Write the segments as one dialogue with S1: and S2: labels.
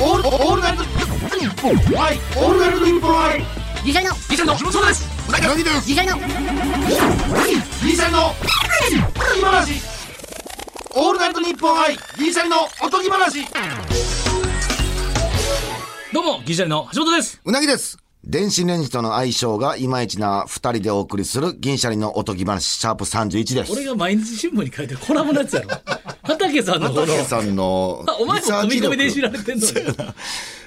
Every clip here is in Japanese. S1: オールオールナイトニッポンはいオールナイトニッポンはい
S2: ギシャリの
S1: ギシャリのそうです
S3: 何です
S2: ギシャリの
S1: ギシャリのおとぎ話オールナイトニッポン愛ギシャリのおとぎ話
S4: どうも、ギシャリの橋本です。
S3: うなぎです。電子レンジとの相性がいまいちな二人でお送りする銀シャリのおとぎ話シャープ31です。
S4: 俺が毎日新聞に書いてるコラムのやつやろ。畑さんのこの。
S3: 畑さんの
S4: あお前も
S3: リサー
S4: 飛
S3: チ
S4: び込みで知ら
S3: 力。
S4: れてんのよ。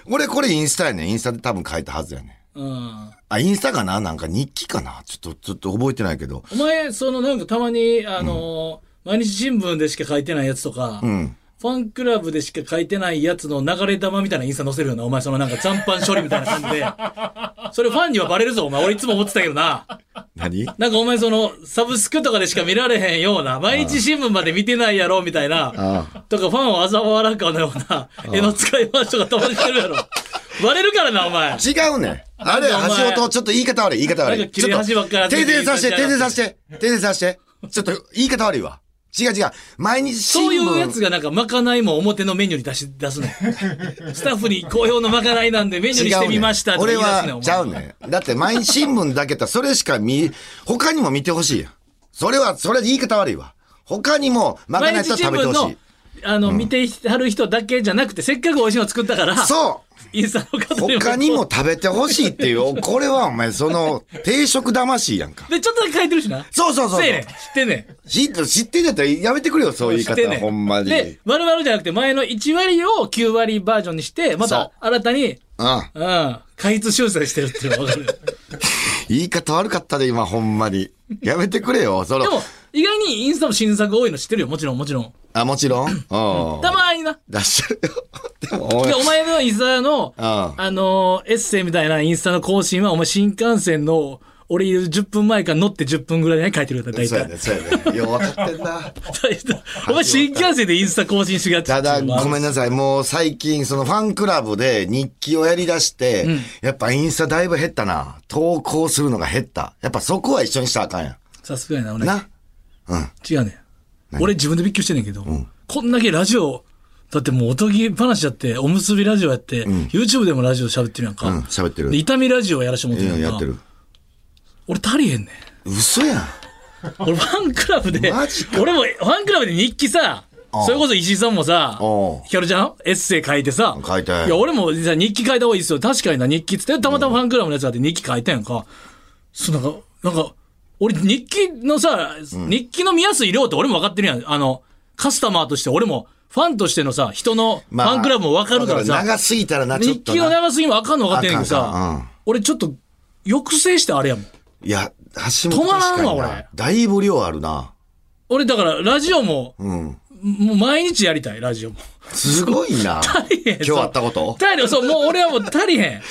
S3: 俺これインスタやねん。インスタで多分書いたはずやねん。
S4: うん。
S3: あ、インスタかななんか日記かなちょっと、ちょっと覚えてないけど。
S4: お前、そのなんかたまに、あのー、毎日新聞でしか書いてないやつとか、
S3: うん。
S4: ファンクラブでしか書いてないやつの流れ玉みたいなインスタ載せるよな。お前、そのなんか残飯処理みたいな感じで。それファンにはバレるぞ、お前。俺いつも思ってたけどな。
S3: 何
S4: なんかお前、その、サブスクとかでしか見られへんような、毎日新聞まで見てないやろ、みたいな。
S3: あ
S4: とか、ファンを嘲笑うかのような、絵の使い回しとかたまにしてるやろ。バレるからな、お前。
S3: 違うねん。あれ、
S4: なんだお前
S3: 橋本、ちょっと言い方悪い、言い方悪
S4: なん
S3: い。
S4: か切
S3: ち
S4: れ
S3: ょっ
S4: 端ばっか
S3: と、
S4: り
S3: 訂正させて、
S4: 全
S3: 訂
S4: 然
S3: 正させて、訂正させて。ちょっと、言い方悪いわ。違う違う。毎日新聞。
S4: そういうやつがなんか、まかないも表のメニューに出し、出す ね。スタッフに好評のまかないなんでメニューにしてみました
S3: 違
S4: と
S3: う
S4: か
S3: ね
S4: 言
S3: ん
S4: い出すね、お前
S3: 俺は、ちゃうねんだって、毎日新聞だけやったらそれしか見、他にも見てほしいやん。それは、それ言い方悪いわ。他にも、まかない
S4: 毎
S3: 人
S4: 日
S3: は
S4: 新
S3: 食べて
S4: 聞
S3: ほ
S4: の
S3: しい。、
S4: あの、見てはる人だけじゃなくて、せっかく美味しいの作ったから、
S3: そう
S4: インスタの方に
S3: 他にも。食べてほしいっていう、これはお前、その、定食魂やんか。
S4: で、ちょっとだけ書いてるしな。
S3: そうそうそうそう
S4: せえねん。知ってんねん。
S3: 知って知ってんだったらやめてくれよ、そういう
S4: 知っ
S3: 言
S4: て
S3: い
S4: んね
S3: 方、ほんまに。
S4: で、丸々じゃなくて、前の1割を9割バージョンにして、ま
S3: そう
S4: た新たに、
S3: うん。
S4: うん、開通修正してるっていうのがわか る。
S3: 言い方悪かったで、今、ほんまに。やめてくれよ、その
S4: で、も、意外にインスタの新作多いの知ってるよ。もちろん、もちろん。
S3: あ、もちろん。うん。
S4: たまにな。
S3: 出してるよ。でも、お
S4: い
S3: 前
S4: や、お前のインスタの、
S3: うん
S4: あのーエッセイみたいなインスタの更新は、お前新幹線の、俺いる10分前から乗って10分ぐらいに書いてるから、大
S3: そうやね、
S4: 体。
S3: そうやね。よう分かってんな。
S4: 大体お前新幹線でインスタ更新しがち。
S3: ただ、ごめん
S4: な。
S3: なさい。もう最近、そのファンクラブで日記をやり出して、やっぱインスタだいぶ減ったな。投稿するのが減った。やっぱそこは一緒にしたらあかんや
S4: さすがやな、
S3: ん。
S4: 俺。
S3: な。
S4: 違うねん。俺自分でびっくりしてんねんけど、こんだけラジオ、だってもうおとぎ話やって、おむすびラジオやって、YouTube でもラジオ喋ってるやんか。
S3: うん喋ってる
S4: で痛みラジオやらしてもらってる
S3: うん
S4: やんか。
S3: やってる。
S4: 俺足りへんねん。
S3: 嘘やん。
S4: 俺ファンクラブで
S3: マジ、
S4: 俺もファンクラブで日記さ、
S3: ん
S4: それこそ石井さんもさ
S3: うん、
S4: ひかるちゃんエッセイ書いてさ、
S3: 書いて
S4: や、俺も実際日記書いた方がいいですよ。確かにな、日記っつって、たまたまファンクラブのやつだって日記書いたやんか。そう、なんか、なんか、俺日記のさ、日記の見やすい量って俺も分かってるやん。あの、カスタマーとして俺も、ファンとしてのさ、人のフ
S3: まあ
S4: ァンクラブも分かるからさ、
S3: 長すぎたらな、ちょっ
S4: 日
S3: と
S4: 記の
S3: な。
S4: 長すぎもあかんの分かってんねんけど
S3: あかんあかんうん
S4: さ、俺ちょっと、抑制してあれやもん。
S3: いや、橋
S4: 止
S3: 本
S4: まら
S3: 確
S4: んわ
S3: かにな
S4: 俺。
S3: だいぶ量あるな。
S4: 俺だから、ラジオも、
S3: うん。
S4: もう毎日やりたい、ラジオも。
S3: すごい な。
S4: りへん
S3: 今日あったこと
S4: 足りへんそう、もう俺はもう足りへん。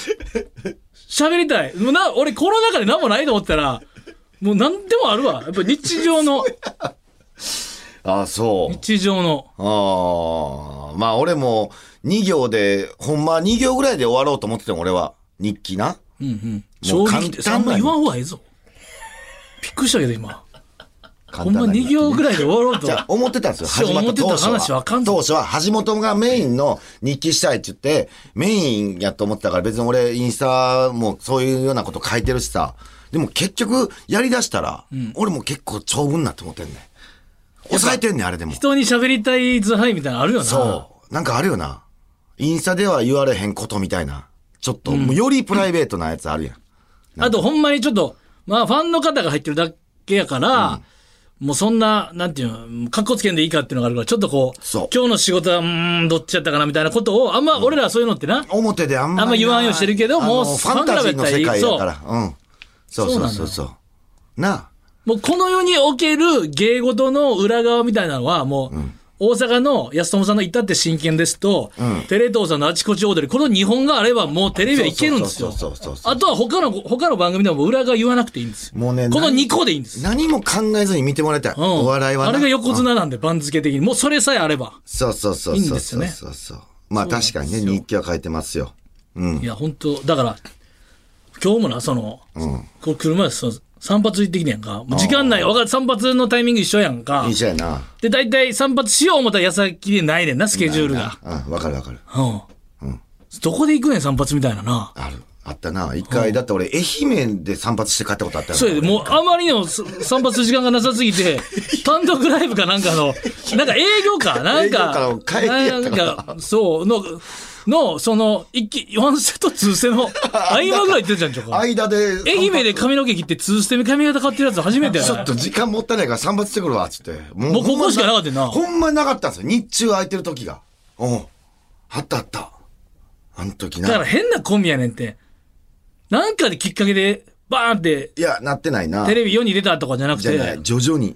S4: 喋りたい。もうな、俺コロナ禍で何もないと思ったら、もう何でもあるわ。やっぱ日常 の、
S3: あ、そう。
S4: 日常の。
S3: ああ、まあ俺も2行で、ほんま2行ぐらいで終わろうと思ってても俺は、日記な。も
S4: 衝
S3: う
S4: 撃って、そんな
S3: な
S4: 言わん方がええぞ。びっくりしたけど今。
S3: 簡
S4: ほんま2行ぐ
S3: い。
S4: らいで終わろうと
S3: じ。ゃあ思ってたんですよ。
S4: そう
S3: 始まった当初
S4: 思ってた話わ
S3: は
S4: かん。ない
S3: 当初は橋本がメインの日記したいって言って、メインやと思ってたから別に俺インスタもそういうようなこと書いてるしさ。でも結局やりだしたら、俺も結構長文なって思ってんねん。抑えてんねん、あれでも。
S4: 人に喋りたい図配みたいなのあるよな。
S3: そう。なんかあるよな。インスタでは言われへんことみたいな。ちょっと、もうよりプライベートなやつあるやん。
S4: あとほんまにちょっと、まあファンの方が入ってるだけやから、もうそんな、なんていうの、かっこつけんでいいかっていうのがあるから、ちょっとこう、
S3: そう
S4: 今日の仕事は、うーん、どっちやったかなみたいなことを、あんま俺らはそういうのってな、
S3: 表であんまりな
S4: あんま言わんようにしてるけど
S3: あの
S4: もう
S3: ファンタジーの世界やから。うん。そうそうそうそう。な
S4: もうこの世における芸事の裏側みたいなのは、もう、大阪の安友さんの「いたって真剣です」と、テレ東さんの「あちこち踊り」この2本があればもうテレビはいけるんですよ
S3: そうそうそうそうそうそう
S4: あとは他の他の番組でも裏側言わなくていいんですよ
S3: もうね
S4: この2個でいいんです
S3: あ。何も考えずに見てもらいたい。
S4: うん
S3: お笑いはな
S4: あれが横
S3: うん
S4: 綱なんで、番付的に。もうそれさえあれば。
S3: そうそうそう
S4: いいん
S3: そ
S4: で
S3: う
S4: す
S3: そ
S4: よ
S3: う
S4: ね
S3: そうそう。まあ確かにね、日記は書いてますよ。
S4: いや、本当だから、今日もな、その、こう車でその散髪行ってきてんやんか。もう時間ない。わかる。散髪のタイミング一緒やんか
S3: いい。じゃな。
S4: で、大体散髪しよう思ったら矢先でないねんな、スケジュールが。
S3: うん、わかるわかる。
S4: うん。どこで行くねん散髪みたいなな。
S3: ある。あったな。一回、だって俺、愛媛で散髪して買ったことあったよな
S4: そうやで、もうあまりにもす散髪する時間がなさすぎ て、単独ライブかなんかの、なんか営業か、なん
S3: 営業
S4: か、
S3: かの帰りやったから
S4: なんか、そう、の、の、その、一気、ワンセット通せの、合間ぐらい出てたんちゃうか。
S3: 間で、
S4: 愛媛で髪の毛切って通して髪型変わってるやつ初めてや
S3: ちょ
S4: な
S3: っと時間もったいないから散髪してくるわ、つって。も
S4: もうここしかなかったよな
S3: ほんまなかったんですよ。日中空いてる時が。おうあったあった。あの時な。
S4: だから変なコンビやねんって。なんかできっかけで、バーンって、
S3: いや、なってないな。
S4: テレビ世に出たとかじゃなく
S3: じ
S4: て、
S3: ゃない、徐々に。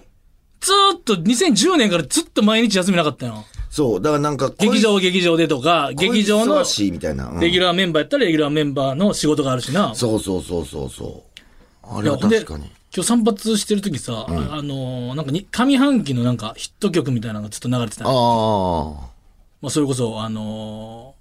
S4: ずーっと2010年からずっと毎日休みなかったよ。
S3: そう、だからなんか、
S4: 劇場劇場でとか、
S3: こい
S4: 劇場
S3: こい
S4: の
S3: 忙しいみたいな。うん
S4: レギュラーメンバーやったらレギュラーメンバーの仕事があるしな。
S3: そうそうそうそうそう。あ
S4: い
S3: れ
S4: や
S3: は
S4: ほんで
S3: 確かに。
S4: 今日散髪してる時さ、あのーなんかに上半期のなんかヒット曲みたいなのがずっと流れてた。
S3: ああ。
S4: まあ、それこそ、あの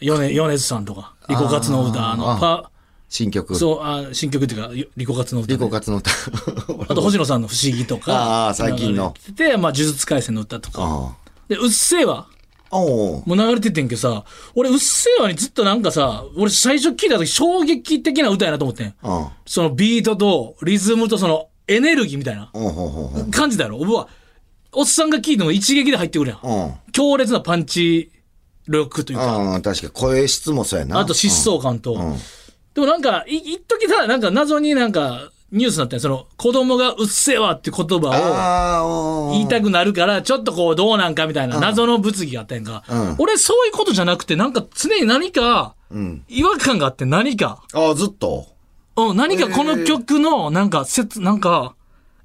S4: ー、米米津さんとか、リコカツの歌、あの、
S3: あー
S4: パ、
S3: 新曲。
S4: そう、あ新曲っていうか、よリコカツの歌、
S3: リコカツの歌。
S4: あと、星野さんの不思議とか。
S3: あー最近の
S4: 流れてて、まあ、呪術廻戦の歌とか。
S3: あ
S4: で、うっせぇわ。
S3: あ。おう
S4: もう流れててんけどさ、俺、うっせぇわにずっとなんかさ、俺最初聞いた時衝撃的な歌やなと思ってん。
S3: ああ。
S4: そのビートとリズムとそのエネルギーみたいな
S3: おうほうほうほう。
S4: 感じだろ。僕は、おっさんが聞いても一撃で入ってくるやん。
S3: うん。
S4: 強烈なパンチ力というか、
S3: うん、確かに声質もそうやな。
S4: あと疾走感と。
S3: うん。うん
S4: でもなんか、い一時さ、なんか謎になんかニュースになったんその子供がうっせぇわって言葉を
S3: ああ、おうおう
S4: 言いたくなるから、ちょっとこうどうなんかみたいな謎の物議があったやんか。
S3: ん
S4: 俺そういうことじゃなくて、なんか常に何か
S3: ん
S4: 違和感があって何か。
S3: ああ、ずっと。
S4: うん、何かこの曲の、なんか、せつ、なんか、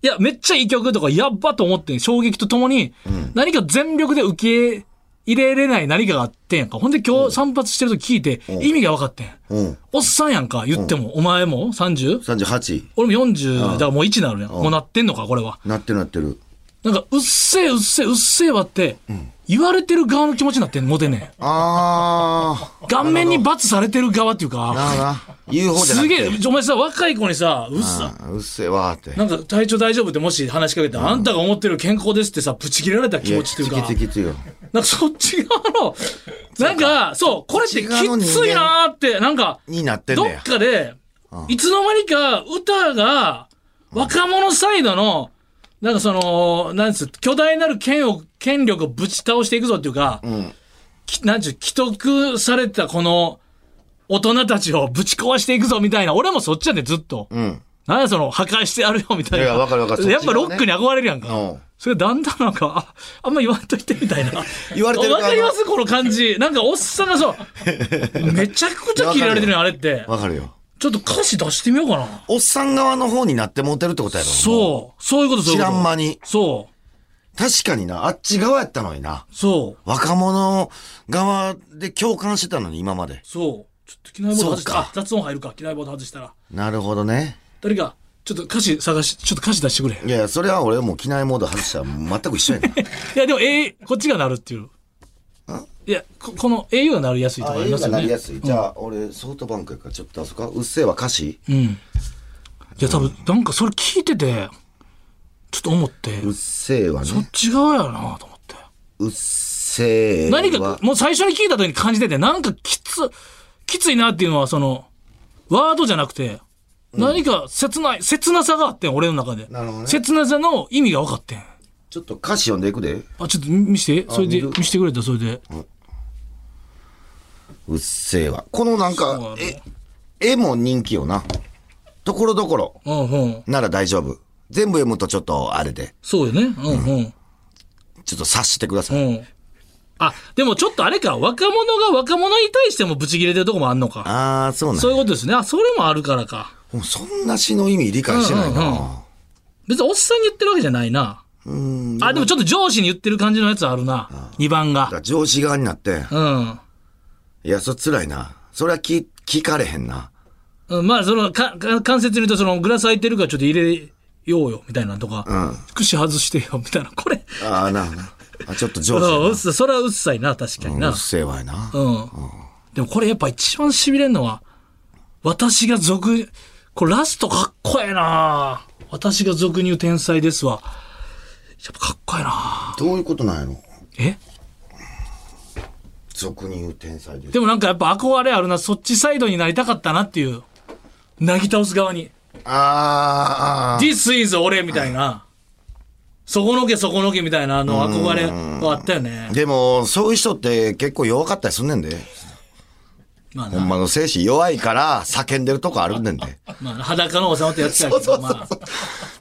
S4: いや、めっちゃいい曲とか、やっばと思ってん、衝撃とともに、何か全力で受け入れれない何かがあってんやんか。ほんで今日散髪してると聞いて、意味が分かってん。
S3: うん。
S4: おっさんやんか、言っても。お前も 30?
S3: 38。
S4: 俺も40、だからもう1になるやん。もうなってんのか、これは。
S3: なってるなってる。
S4: なんか、うっせえ、うっせえ、うっせえわって、言われてる側の気持ちになってんの、モテね
S3: あ
S4: ん。顔面に罰されてる側っていう
S3: あ。な
S4: か、
S3: あな。言う方じゃな
S4: す
S3: く
S4: げえ
S3: て。、
S4: お前さ、若い子にさ、うっさ、
S3: うんうっせえわーって。
S4: なんか体調大丈夫ってもし話しかけたら、あんたが思ってる健康ですってさ、ぶち切られた気持ちというか、
S3: きついきついよ。
S4: なんかそっち側の、なんか、そう、これってき
S3: こっち側の人
S4: ついなーって、なんか、
S3: になってん
S4: ど
S3: ねや
S4: っ。かで、いつの間にか歌が、若者サイドの、なんかその、なんつう、巨大なる権を、権力をぶち倒していくぞっていうか、きなんちゅう、既得されたこの、大人たちをぶち壊していくぞみたいな、俺もそっちやで、ずっと。
S3: うん。
S4: なんやその、破壊してやるよみたいな。
S3: いやわかるわかるそっちが
S4: やっ
S3: ね
S4: ぱロックに憧れるやんか。
S3: うん
S4: それだんだんなんか、ああんま言わんといてみたいな。
S3: 言われてる
S4: わ
S3: 側の
S4: かりますこの感じ。なんかおっさんが そう、めちゃくちゃ切られてるやん、あれって。
S3: わかるよ。
S4: ちょっと歌詞出してみようかな。
S3: おっさん側の方になってもうてるってことやろ。も
S4: そう。そういうこと、
S3: う。
S4: そうい
S3: 知
S4: うこ
S3: ら
S4: と。
S3: ん間に。
S4: そう。
S3: 確かにな、あっち側やったのにな。
S4: そう。
S3: 若者側で共感してたのに、今まで。
S4: そう。ちょっと機内ボード外した。
S3: そうか
S4: あ雑音入るか。機内ボード外したら。
S3: なるほどね。
S4: 誰か、ちょっと歌詞探し、ちょっと歌詞出してくれ。
S3: いやいや、それは俺もう機内モード外したら全く一緒やねん。
S4: いや、でも、ええこっちがなるっていう。いや、ここの au がなりやすいとかありますよね。
S3: すい。じゃあ、俺、ソフトバンクやからちょっと出そうか。うっせぇわ歌詞
S4: うん。いや、多分、なんかそれ聞いてて、ちょっと思って、
S3: うっせぇわ
S4: そ
S3: ね
S4: っ。ち側やなと思って。
S3: うっせぇわ。
S4: 何か、もう最初に聞いた時に感じてて、なんかきつ、きついなっていうのは、その、ワードじゃなくて、何か切ない、切なさがあってん、俺の中で。
S3: なるほどね
S4: 切なさの意味が分かってん。
S3: ちょっと歌詞読んでいくで。
S4: あ、ちょっと見して、それで、
S3: 見る
S4: 見してくれた、それで。
S3: うっせぇわ。このなん
S4: そう
S3: か、
S4: や
S3: え、絵も人気よな。ところどころ
S4: うんうん。
S3: なら大丈夫。全部読むとちょっとあれで、
S4: そうよね。うんうん。
S3: ちょっと察してくださ
S4: う
S3: い。
S4: ん。あ、でもちょっとあれか、若者が若者に対してもブチ切れてるとこもあんのか。
S3: あー、そうなん
S4: そういうことですね。あ、それもあるからか。
S3: もうそんな詩の意味理解してない
S4: うんうんうん
S3: な。
S4: 別におっさんに言ってるわけじゃないな。
S3: うん。だ
S4: あ、でもちょっと上司に言ってる感じのやつあるな。2番
S3: か
S4: が。
S3: ら上司側になって、
S4: うん。
S3: いや、それ辛いな。それは聞、聞かれへんな。
S4: うん、まあ、その、か、か関節に言うと、その、グラス空いてるからちょっと入れようよ、みたいなのとか、
S3: うん
S4: 串外してよ、みたいな。これ、
S3: あーなあなあ。ちょっと
S4: う
S3: 上司や
S4: ん
S3: な
S4: うっさそれはうっさいな、確かに
S3: う
S4: な
S3: っ。せえわやな。
S4: うん。でもこれやっぱ一番痺れんのは、私が俗、これラストかっこええな私が俗に言う天才ですわ。やっぱかっこええな
S3: どういうことなんやろ
S4: え
S3: 俗に言う天才です。
S4: でもなんかやっぱ憧れあるな、そっちサイドになりたかったなっていう。なぎ倒す側に。
S3: あーあー。
S4: This is 俺みたいな。そこのけそこのけみたいなあの憧れがあったよね。
S3: でも、そういう人って結構弱かったりすんねんで。
S4: まあ
S3: ほん
S4: な、
S3: まの精神弱いから叫んでるとこあるねんで。
S4: まあな、裸の王様ってやってたけど、まあ。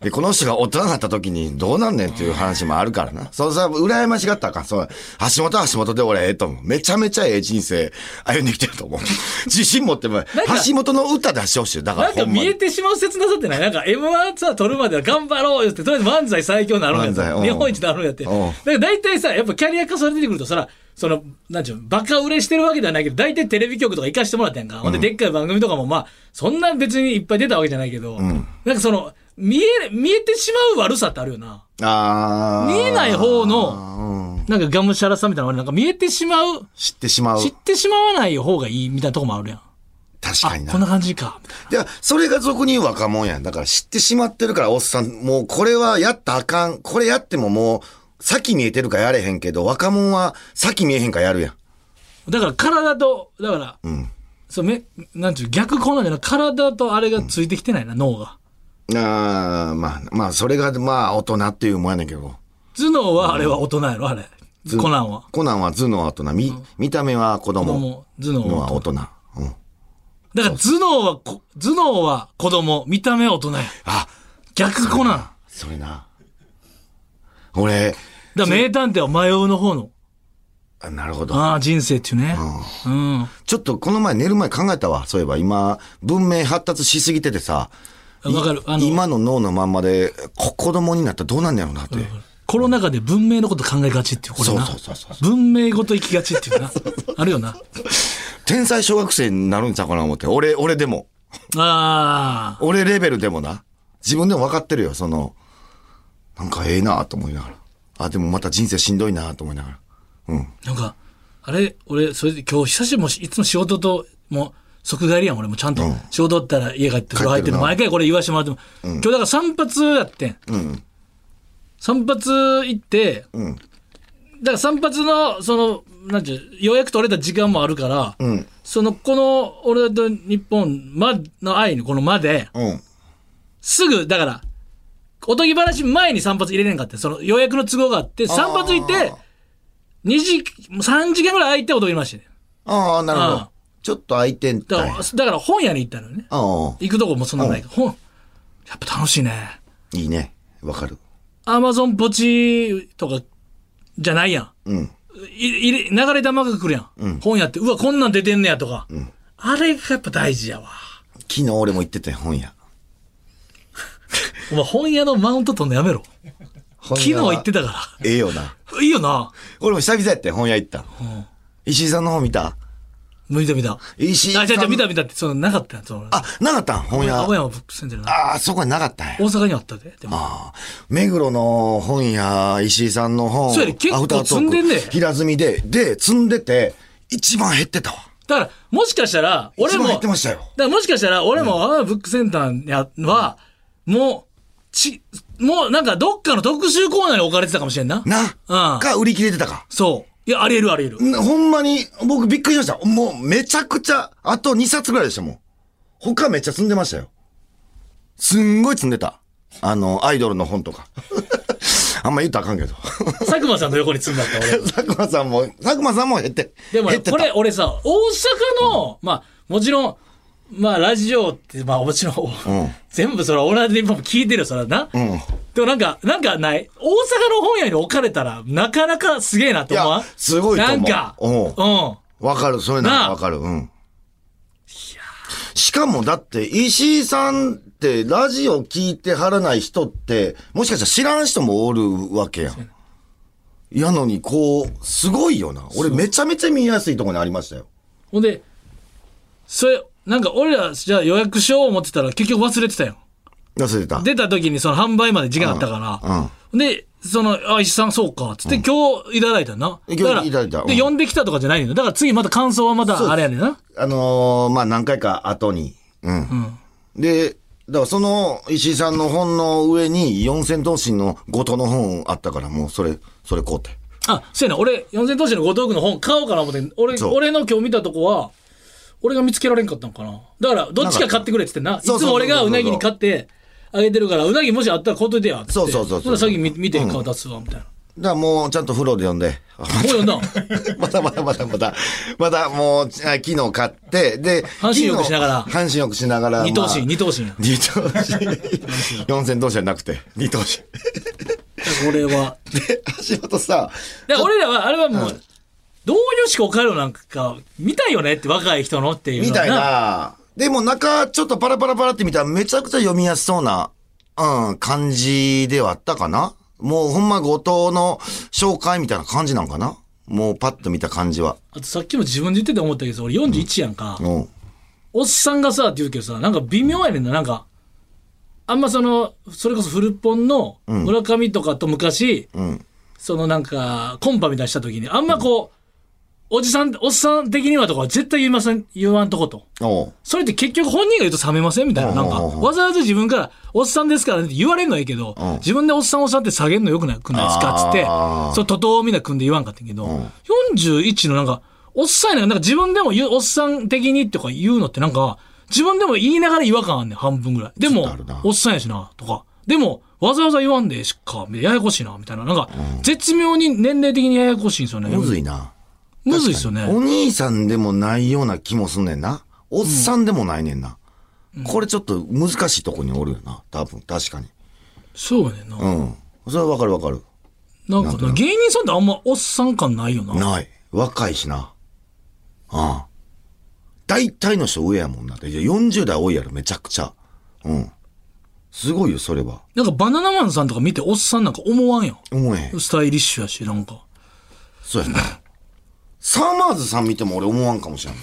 S3: で、この人が大人になった時にどうなんねんっていう話もあるからな。そうそう、羨ましがったらあかん。そう、橋本は橋本で俺ええと思う。めちゃめちゃええ人生歩んできてると思う。 自信持ってもらえ
S4: か
S3: 橋本の歌出してほしい。だから
S4: なん
S3: ほ
S4: か
S3: んま
S4: 見え
S3: に。
S4: てしまう切なさってないなんか M1 ツアー取るまでは頑張ろうよって、とりあえず漫才最強になるんや
S3: 漫才う
S4: と。
S3: ん
S4: 日本一になるんやって。だ
S3: う
S4: か
S3: ん
S4: ら大体さ、やっぱキャリア化されてくるとさ、その、なんちゅうの、バカ売れしてるわけではないけど、大体テレビ局とか行かしてもらったやんか。ほんで、でっかい番組とかもまあ、そんな別にいっぱい出たわけじゃないけど、なんかその、見え、見えてしまう悪さってあるよな。
S3: あー
S4: 見えない方の
S3: うん
S4: なんかがむしゃらさみたいなのがあるなんか見えてしまう、
S3: 知ってしまう
S4: 知。ってしまわない方がいいみたいなとこもあるやん。
S3: 確
S4: あ
S3: かに、な。
S4: こんな感じか。みたい
S3: いや、それが俗に言う若者やん。だから知ってしまってるから、おっさん、もうこれはやったらあかん。これやってももう、先見えてるからやれへんけど、若者は先見えへんからやるやん。
S4: なだから体と、だから、
S3: うん。
S4: そうめなんちゅう逆こうなんじゃない体とあれがついてきてないな、脳が
S3: あーまあ、まあ、それが、まあ、大人っていうもんやねんけど。
S4: 頭脳はあれは大人やろあれコナンは
S3: コナンは頭脳は大人。み、見た目は
S4: 子
S3: 子供。
S4: 供頭脳
S3: 脳
S4: は
S3: は大人。うん。
S4: だから頭脳はこ頭脳は子供見た目は大人や
S3: あ、
S4: 逆コナン
S3: それな。俺、
S4: だから名探偵は迷うの方の
S3: あなるほど。
S4: ああ人生っていうねうん
S3: ちょっとこの前寝る前考えたわ。そういえば今、文明発達しすぎててさ。
S4: あわかる
S3: い
S4: あの
S3: 今の脳のまんまで、こ子供になったらどうなんねやろうなって。
S4: コロナ禍で文明のこと考えがちっていうこれな
S3: そうそうそう
S4: 文明ごと生きがちっていうなあるよな
S3: 天才小学生になるんちゃうかな思って。俺、俺でも。
S4: ああ
S3: 俺レベルでもな。自分でも分かってるよ、その。なんかええなと思いながら。あ、でもまた人生しんどいなと思いながら。うん。
S4: なんかあれ俺それで今日久しぶりもしいつも仕事ともう即帰りやん俺もちゃんと仕事だったら家帰って風呂入ってる
S3: 帰ってるな
S4: 毎回これ言わしてもらっても今日だから散髪やってん
S3: うん。
S4: 散髪行って
S3: うん。
S4: だから散髪のそのなんていうようやく取れた時間もあるから、
S3: うん。
S4: そのこの俺と日本まの愛のこの「ま」で
S3: うん。
S4: すぐだからおとぎ話前に散髪入れれんかってその予約の都合があって散髪行って2時3時間ぐらい空いておとぎ話ね
S3: ああ、なるほ
S4: うん
S3: ど。ちょっと空いてん
S4: だか
S3: た
S4: ら、
S3: い。あ
S4: だから本屋に行ったのよね
S3: あ、
S4: 行くとこもそんなないから、本やっぱ楽しいね
S3: いいね。わかる。
S4: アマゾンポチとかじゃないやん
S3: うん。
S4: いいれ流れ玉が来るやん、本屋ってうわこんなん出てんねやとか、あれがやっぱ大事やわ
S3: 昨日俺も行ってて、本屋。
S4: お前本屋のマウント取んのやめろ昨
S3: 昨
S4: 日行ってたか
S3: ええよな。
S4: ら いいよな
S3: 俺も久々やってん本屋行った。石井さんの方見た
S4: 見た見た
S3: 石井さ
S4: あ、
S3: ん。
S4: じゃじゃ見た見たって、その、なかったやん、その、
S3: あ、なかったん本屋。
S4: 青山ブックセンターな。
S3: ああ、そこになかったんや
S4: 大。阪にあったで、でも。
S3: ああ目黒の本屋、石井さんの本。
S4: そうやね結構
S3: アフタートーク
S4: 積んでんね
S3: 平積みで、で、積んでて、一番減ってたわ。
S4: だから、もしかしたら、俺も、
S3: 一番減
S4: だ
S3: っ
S4: か
S3: てましたよ。
S4: らもしかしたら、俺も、青山ブックセンターやは、もう、ち、もうなんかどっかの特集コーナーに置かれてたかもしれんな。
S3: な、
S4: うん
S3: か、売り切れてたか。
S4: そう。いや、ありえるありえる。
S3: んほんまに、僕びっくりしました。もう、めちゃくちゃ、あと2冊ぐらいでしたもん。他めっちゃ積んでましたよ。すんごい積んでた。あの、アイドルの本とか。 あんま言ったらあかんけど。
S4: 佐久間さんの横に積んだった俺。
S3: 佐久間さんも、佐久間さんも減って。
S4: でも
S3: 減って
S4: こ
S3: た
S4: れ俺さ大阪の、まあもちろんまあラジオってまあもちろん、
S3: ん
S4: 全部それは同じ日本も聞いてるよそれはな、
S3: ん
S4: でもなんかなんかない大阪の本屋に置かれたらなかなかすげえなと思わん
S3: いやすごいと思
S4: な
S3: う
S4: んか
S3: うん
S4: うん
S3: わかる、それな
S4: なあ
S3: らわかる、うん。しかもだって、石井さんってラジオ聞いてはらない人って、もしかしたら知らん人もおるわけやん。やのに、こう、すごいよな。俺めちゃめちゃ見やすいところにありましたよ。
S4: ほんでそれなんか俺らじゃあ予約しよう思ってたら結局忘れてたよ
S3: 忘れてた。
S4: 出た時にその販売まで時間あったから、
S3: うんうん
S4: で、その、あ、石井さんそうか、つって、今日いただいたな。
S3: 今日
S4: だから
S3: いただいたうん
S4: で、呼んできたとかじゃないのだから次また感想はまたあれやねんな。
S3: あのーまあ、何回か後に。うん。で、だからその石井さんの本の上に四千頭身の後藤の本あったから、もうそれ、それ買うて。
S4: あ、そうやな。俺、四千頭身の後藤君の本買おうかな思って、俺、
S3: そう
S4: 俺の今日見たとこは、俺が見つけられんかったんかな。だから、どっちか買ってくれって言ってんな。いつ
S3: そうそう
S4: も俺がうなぎに買ってあげてるから、うなぎもしあったら買うといてやっつって。
S3: そうそうそうそう
S4: ほんなら先見見て顔出すわ、みたいな。
S3: だからもうちゃんと風呂で呼んで。
S4: もうよな。
S3: またまたまたまた、またもう、あ昨日買って、で、
S4: 半身浴しながら
S3: 昨日半身浴しながら。
S4: 二頭身、
S3: まあ
S4: 二頭身や。
S3: 二等身。四千頭身じゃなくて、二等身。
S4: 俺は。
S3: で、橋本さ、
S4: だから俺らは、あれはもう、どういう思考回路なんか、見たいよねって、若い人のっていう
S3: み
S4: のは
S3: たい。な。でも中、ちょっとパラパラパラって見たらめちゃくちゃ読みやすそうな、うん、感じではあったかな。もうほんま後藤の紹介みたいな感じなんかな。もうパッと見た感じは。
S4: あとさっきも自分で言ってて思ったけど、俺41やんか。
S3: うん。
S4: おっさんがさって言うけどさなんか微妙やねんななんかあんまそのそれこそフルポンの村上とかと昔、
S3: ん
S4: そのなんかコンパみたいにした時にあんまこう、おじさんおっさん的にはとかは絶対言いません言わんとこと
S3: おう
S4: それって結局本人が言うと冷めませんみたいななんか
S3: うんうんうん
S4: わざわざ自分から「おっさんですからね」って言われるのはいいけど、自分で「おっさんおっさん」って下げるのよくなくないですかっつって
S3: あー
S4: それ徒党をみんな組んで言わんかったけど、41のなんかおっさんやねんなんか自分でも言うおっさん的にとか言うのってなんか自分でも言いながら違和感あんねん半分ぐらいで
S3: ちょっ
S4: も
S3: とあるな
S4: おっさんやしなとかでもわざわざ言わんでええしかややこしいなみたいななんか絶妙に年齢的にややこしいんですよね
S3: むずいな。
S4: むずいっすよね
S3: お兄さんでもないような気もすんねんな。おっさんでもないねんな。これちょっと難しいとこにおるよな。多分、確かに。
S4: そうやねんな、
S3: うん。それはわかるわかる。
S4: なんかな芸人さんってあんまおっさん感ないよな
S3: ない。若いしな。ああ。大体の人上やもんな。いや40代多いやろ、めちゃくちゃ。うん。すごいよ、それは。
S4: なんかバナナマンさんとか見ておっさんなんか思わんやん。
S3: 思えへん。
S4: スタイリッシュやし、なんか。
S3: そうやな。サマーズさん見ても俺思わんかもしれんな。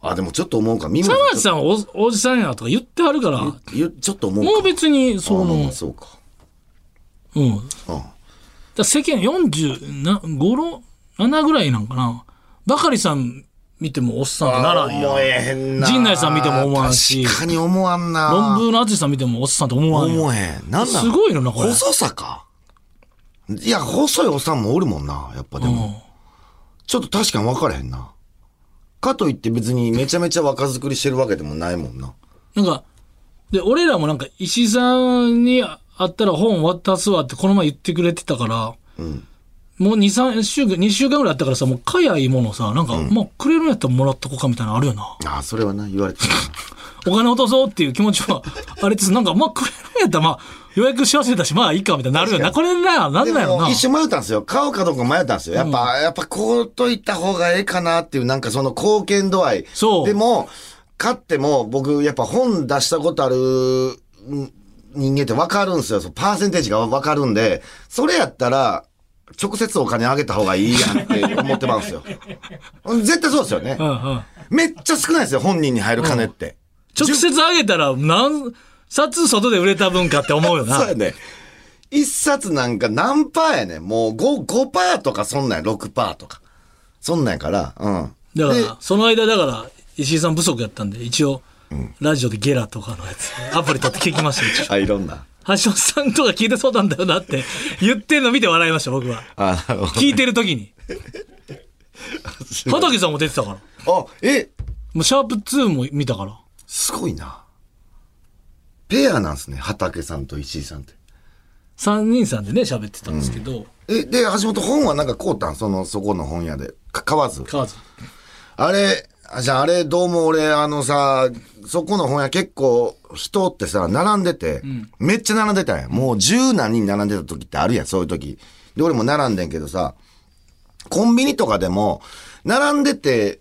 S3: あ、でもちょっと思うか。みんな
S4: 田町さんはおおじさんやとか言ってはるから、も
S3: ゆちょっと思うか。
S4: う別に、
S3: あ
S4: そ
S3: まあま
S4: の
S3: あ、そうか。
S4: うん。だか
S3: あ
S4: ら世間45、7ぐらいなんかな。ばかりさん見てもおっさんとならんやん。
S3: 思えへんな。
S4: 陣内さん見ても思わんし
S3: 確かに思わんな。
S4: 論文の淳さん見てもおっさんと思わんやん。
S3: 思えへん。なんなん
S4: すごいのな、これ。
S3: 細さか。いや、細いおっさんもおるもんな。やっぱでも。ちょっと確かに分からへんな。かといって別にめちゃめちゃ若作りしてるわけでもないもんな。
S4: なんか、で、俺らもなんか、石井さんに会ったら本渡すわってこの前言ってくれてたから、もう2、3週間、2週間ぐらいあったからさ、もう早いものさ、なんか、まあ、くれるんやったらもらっとこうかみたいなのあるよな。
S3: ああ、それはな、言われてたな。
S4: お金落とそうっていう気持ちは、あれです、なんか、まあ、くれるんやったら、まあ、予約し忘れたし、まあ、いいかみたいになるよな。これな、なんだ
S3: で
S4: よ
S3: も
S4: な
S3: 一。瞬迷ったんですよ。買うかどうか迷ったんですよ。やっぱ、やっぱこうといった方がええかなっていう、なんかその貢献度合い。
S4: そう
S3: でも、買っても僕、やっぱ本出したことあるん人間って分かるんですよ。そのパーセンテージが分かるんで、それやったら、直接お金あげた方がいいやんって思ってまう んですよ。絶対そうですよね
S4: う。んうん。
S3: めっちゃ少ないですよ、本人に入る金って。
S4: 直接あげたら、何冊外で売れた分かって思うよ
S3: そう
S4: な
S3: や。ね。一冊なんか何パーやねん。もう5、5パーとかそんなんや、6パーとか。そんなんやから、うん。
S4: だか
S3: で
S4: ら、その間、だから、石井さん不足やったんで、一応、ラジオでゲラとかのやつ、アプリ取って聞きましたよ。
S3: あ、いろんな。
S4: 橋本さんとか聞いてそうなんだよなって言ってんの見て笑いました、僕は。
S3: あ、なるほ
S4: 聞いてる時 に。畑さんも出てたから。
S3: ど。あ、え、
S4: もう、シャープ2も見たから。
S3: すごいな。ペアなんすね、畑さんと石井さんって。
S4: 3人さんでね、喋ってたんですけど、
S3: え、で、橋本本はなんか買うたんその、そこの本屋で。か、買わず。
S4: カーズ。
S3: あれ、あじゃああれ、どうも俺、あのさ、そこの本屋結構人ってさ、並んでて、めっちゃ並んでたんや。もう十何人並んでた時ってあるやん、そういう時。で、俺も並んでんけどさ、コンビニとかでも、並んでて、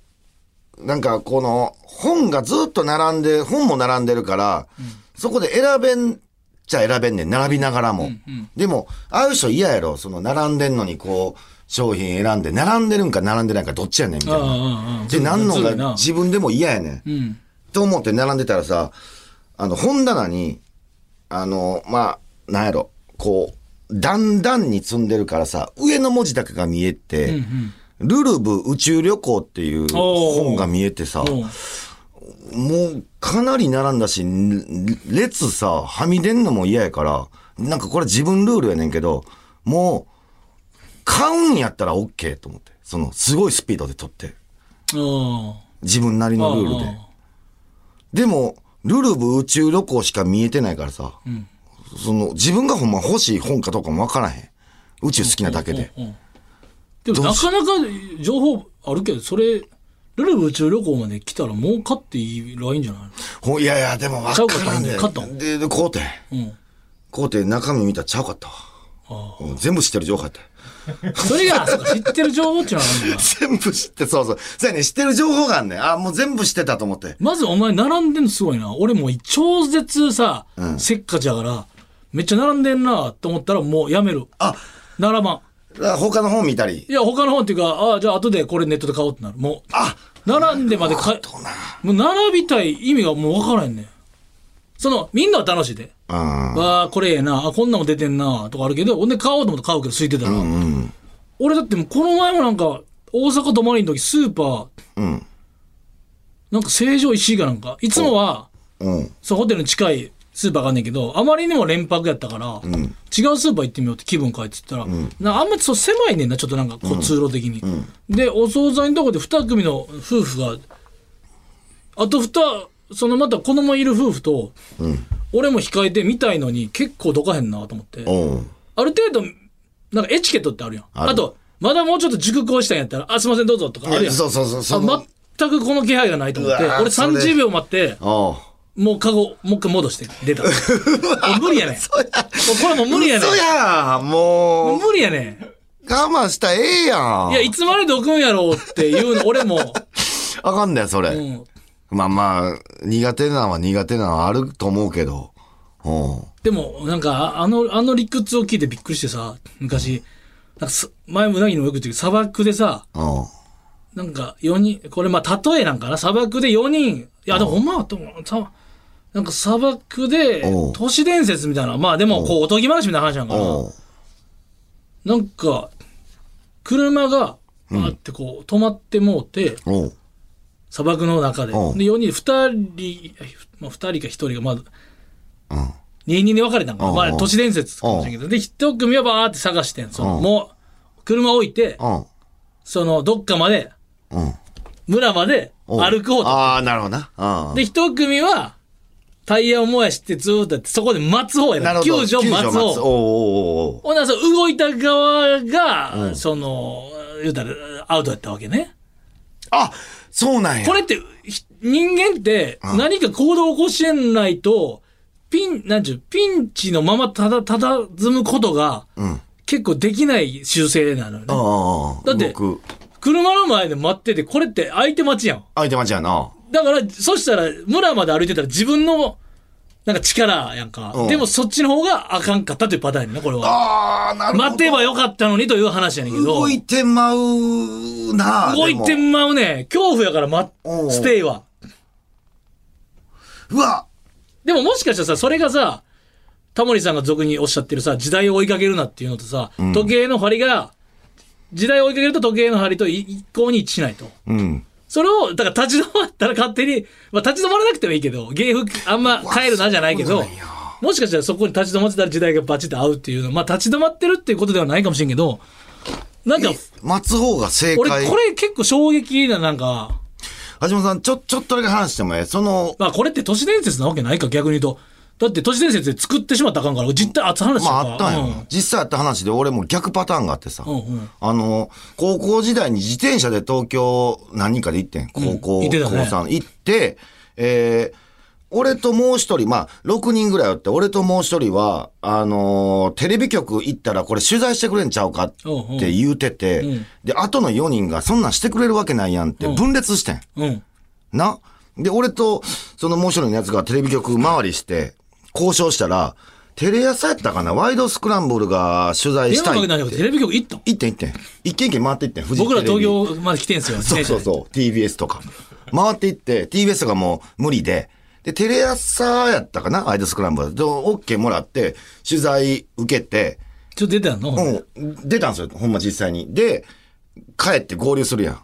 S3: なんかこの、本がずっと並んで、本も並んでるから、そこで選べんちゃ選べんねん、並びながらも。でも、ああいう人嫌やろ、その並んでんのにこう、商品選んで、並んでるんか並んでないかどっちやねんみたいな。
S4: あ
S3: で、なんのが
S4: な。
S3: 自分でも嫌やねん。
S4: うん。
S3: と思って並んでたらさ、あの、本棚に、あの、まあ、なんやろ、こう、段々に積んでるからさ、上の文字だけが見えて、ルルブ宇宙旅行っていう
S4: おー
S3: 本が見えてさ、
S4: もう
S3: もうかなり並んだし、ん列さ、はみ出んのも嫌やから、なんかこれ自分ルールやねんけど、もう、買うんやったら OK と思って。その、すごいスピードで撮って。
S4: うん。
S3: 自分なりのルールで。でも、ルルブ宇宙旅行しか見えてないからさ、その、自分がほんま欲しい本かどうかもわからへん。宇宙好きなだけで。
S4: うんうんでもなかなか情報あるけど、それ、ルルブ宇宙旅行まで来たらもう買っていいらいいんじゃない
S3: ほいやいや、でもわからんね
S4: ちゃうかったん
S3: で、で、こうて。
S4: のうん。
S3: こうて中身見たらちゃうかったわうん全部知ってる情報やった。
S4: それが、そうか知ってる情報っていうのがあるんだな
S3: 全部知って、そうそう。そうやね、知ってる情報があんねん。あ、もう全部知ってたと思って。
S4: まずお前並んでんのすごいな。俺もう超絶さ、せっかちだから、めっちゃ並んでんなと思ったらもうやめる。
S3: あ、
S4: 並ばん。
S3: あ他の本見たり。
S4: いや、他の本っていうか、ああ、じゃあ後でこれネットで買おうってなる。も
S3: あ、
S4: う、並んでまで買
S3: どうな。
S4: もう並びたい意味がもう分からへんねん。その、みんなは楽しいで。
S3: うん。
S4: わあ、これええな、あ、こんなんも出てんな、とかあるけど、ほんで買おうと思って買うけど、空いてたら。俺だってもうこの前もなんか、大阪泊まりの時、スーパー、
S3: うん。
S4: なんか成城石井かなんか、いつもは、
S3: うん。
S4: そう、ホテルに近いスーパーがあんねんけど、あまりにも連泊やったから、違うスーパー行ってみようって気分変えてったら、なあんまりそう狭いねんな、ちょっとなんか、こう、通路的に。で、お惣菜のとこで2組の夫婦が、あと2、そのまた子供いる夫婦と、俺も控えて見たいのに結構どかへんなと思って。
S3: うん。
S4: ある程度、なんかエチケットってあるやん。
S3: ある
S4: あと、まだもうちょっと熟考したんやったら、あ、すいません、どうぞとかあるやん。
S3: そうそうそうその
S4: あ全くこの気配がないと思って、
S3: うわー
S4: 俺
S3: それ
S4: 30秒待って、
S3: おう
S4: もうカゴ、もう一回戻して、出 た。俺無理やねん。もうこれもう無理やねん
S3: 嘘。や
S4: も
S3: も
S4: う
S3: う、
S4: 無理やね
S3: 我慢したらええやん。
S4: ん。いや、いつまでどくんやろうっていうの、俺も、
S3: あかんねん、それ。
S4: うん。
S3: まあまあ、苦手なのは苦手なのはあると思うけど。うん。
S4: でも、なんか、ああの、あの理屈を聞いてびっくりしてさ、昔、なんかす前もうなぎのよく言ってる砂漠でさ、
S3: うん。
S4: なんか4人、これまあ例えなんかな、砂漠で4人、いやでもほんまはと思う、さなんか砂漠で
S3: おう
S4: 都市伝説みたいな、まあでもこうおとぎ話みたいな話なんか
S3: う
S4: な、
S3: ん。
S4: なんか、車がバーってこう止まってもうて、
S3: うん。
S4: 砂漠の中で、で
S3: おう
S4: 4人、2人、まあ、2人か1人がまず、
S3: うん。
S4: 2人で分かれたんかな、
S3: おうおう
S4: まあ都市伝説かもしれんけど、で、1組はバーって探してん、その
S3: おう
S4: もう、車置いて、
S3: うん。
S4: そのどっかまで、
S3: うん。
S4: 村まで歩こうと。
S3: ああ、なるほどな。うん。
S4: で、一組は、タイヤを燃やしてずーっとやって、そこで待つ方や
S3: な
S4: な。
S3: るほど。
S4: 救助待つ
S3: おう
S4: 方。
S3: おうおうおう。
S4: ほんなら、その動いた側が、その、言うたら、アウトやったわけね。
S3: あ、そうなんや。
S4: これって、ひ人間って、何か行動を起こしてないと、ピン、なんちゅう、ピンチのままただ、ただずむことが、
S3: うん。
S4: 結構できない修正なのよ
S3: あ
S4: ね。だ
S3: あ。
S4: って
S3: 僕、
S4: 車の前で待ってて、これって相手待ちやん。
S3: 相手待ちやな。
S4: だから、そしたら、村まで歩いてたら自分の、なんか力やんか
S3: う。ん
S4: でもそっちの方があかんかったというパターンやね、これは。
S3: ああ、なるほど。
S4: 待てばよかったのにという話やねんけど。
S3: 動いてまうな。
S4: 動いて
S3: でも
S4: まうね。恐怖やから、ま
S3: お、う
S4: ステイは。
S3: うわ。
S4: でももしかしたらさ、それがさ、タモリさんが俗におっしゃってるさ、時代を追いかけるなっていうのとさ、時計の針が、時代を追いかけると時計の針とい一向に一致しないと。
S3: うん。
S4: それを、だから立ち止まったら勝手に、まあ立ち止まらなくてもいいけど、芸風あんま変えるなじゃないけ
S3: そう
S4: ど
S3: なんや、
S4: もしかしたらそこに立ち止まってたら時代がバチッと合うっていうのまあ立ち止まってるっていうことではないかもしれんけど、なんか、
S3: 待つ方が正
S4: 俺
S3: 解。
S4: これ結構衝撃な、なんか、
S3: 橋本さん、ちょ、ちょっとだけ話してもええ。その、
S4: まあこれって都市伝説なわけないか逆に言うと。だって都市伝説で作ってしまったらあかんから、実態熱話
S3: まあ
S4: と
S3: あっ
S4: か
S3: たんやな、実際あった話で俺も逆パターンがあってさ、
S4: うんうん
S3: あの、高校時代に自転車で東京何人かで行ってん。高校、
S4: 行ってたね
S3: 高三行って、えー俺ともう一人、まあ、6人ぐらいおって、俺ともう一人は、あのーテレビ局行ったらこれ取材してくれんちゃうかって言うてて、
S4: うんうん
S3: で、後の4人がそんなんしてくれるわけないやんって分裂してん。
S4: うん。うん。
S3: な。で、俺と、そのもう一人のやつがテレビ局回りして、交渉したら、テレ朝やったかなワイドスクランブルが取材
S4: 電
S3: し
S4: 話か
S3: たい
S4: け
S3: って
S4: ないけど、テレビ局行ったの
S3: 一点一点。一軒一軒回っていってん。フジ
S4: 僕ら
S3: テレ
S4: 東
S3: ビ
S4: 京まで来てんすよ。
S3: そうそう
S4: う。
S3: そう。TBS とか。回っていって、TBS とかもう無理で。で、テレ朝やったかなワイドスクランブル。で、OK もらって、取材受けて、
S4: ちょっと出てたの、
S3: うん、出たんですよ、ほんま実際に。で、帰って合流するやん。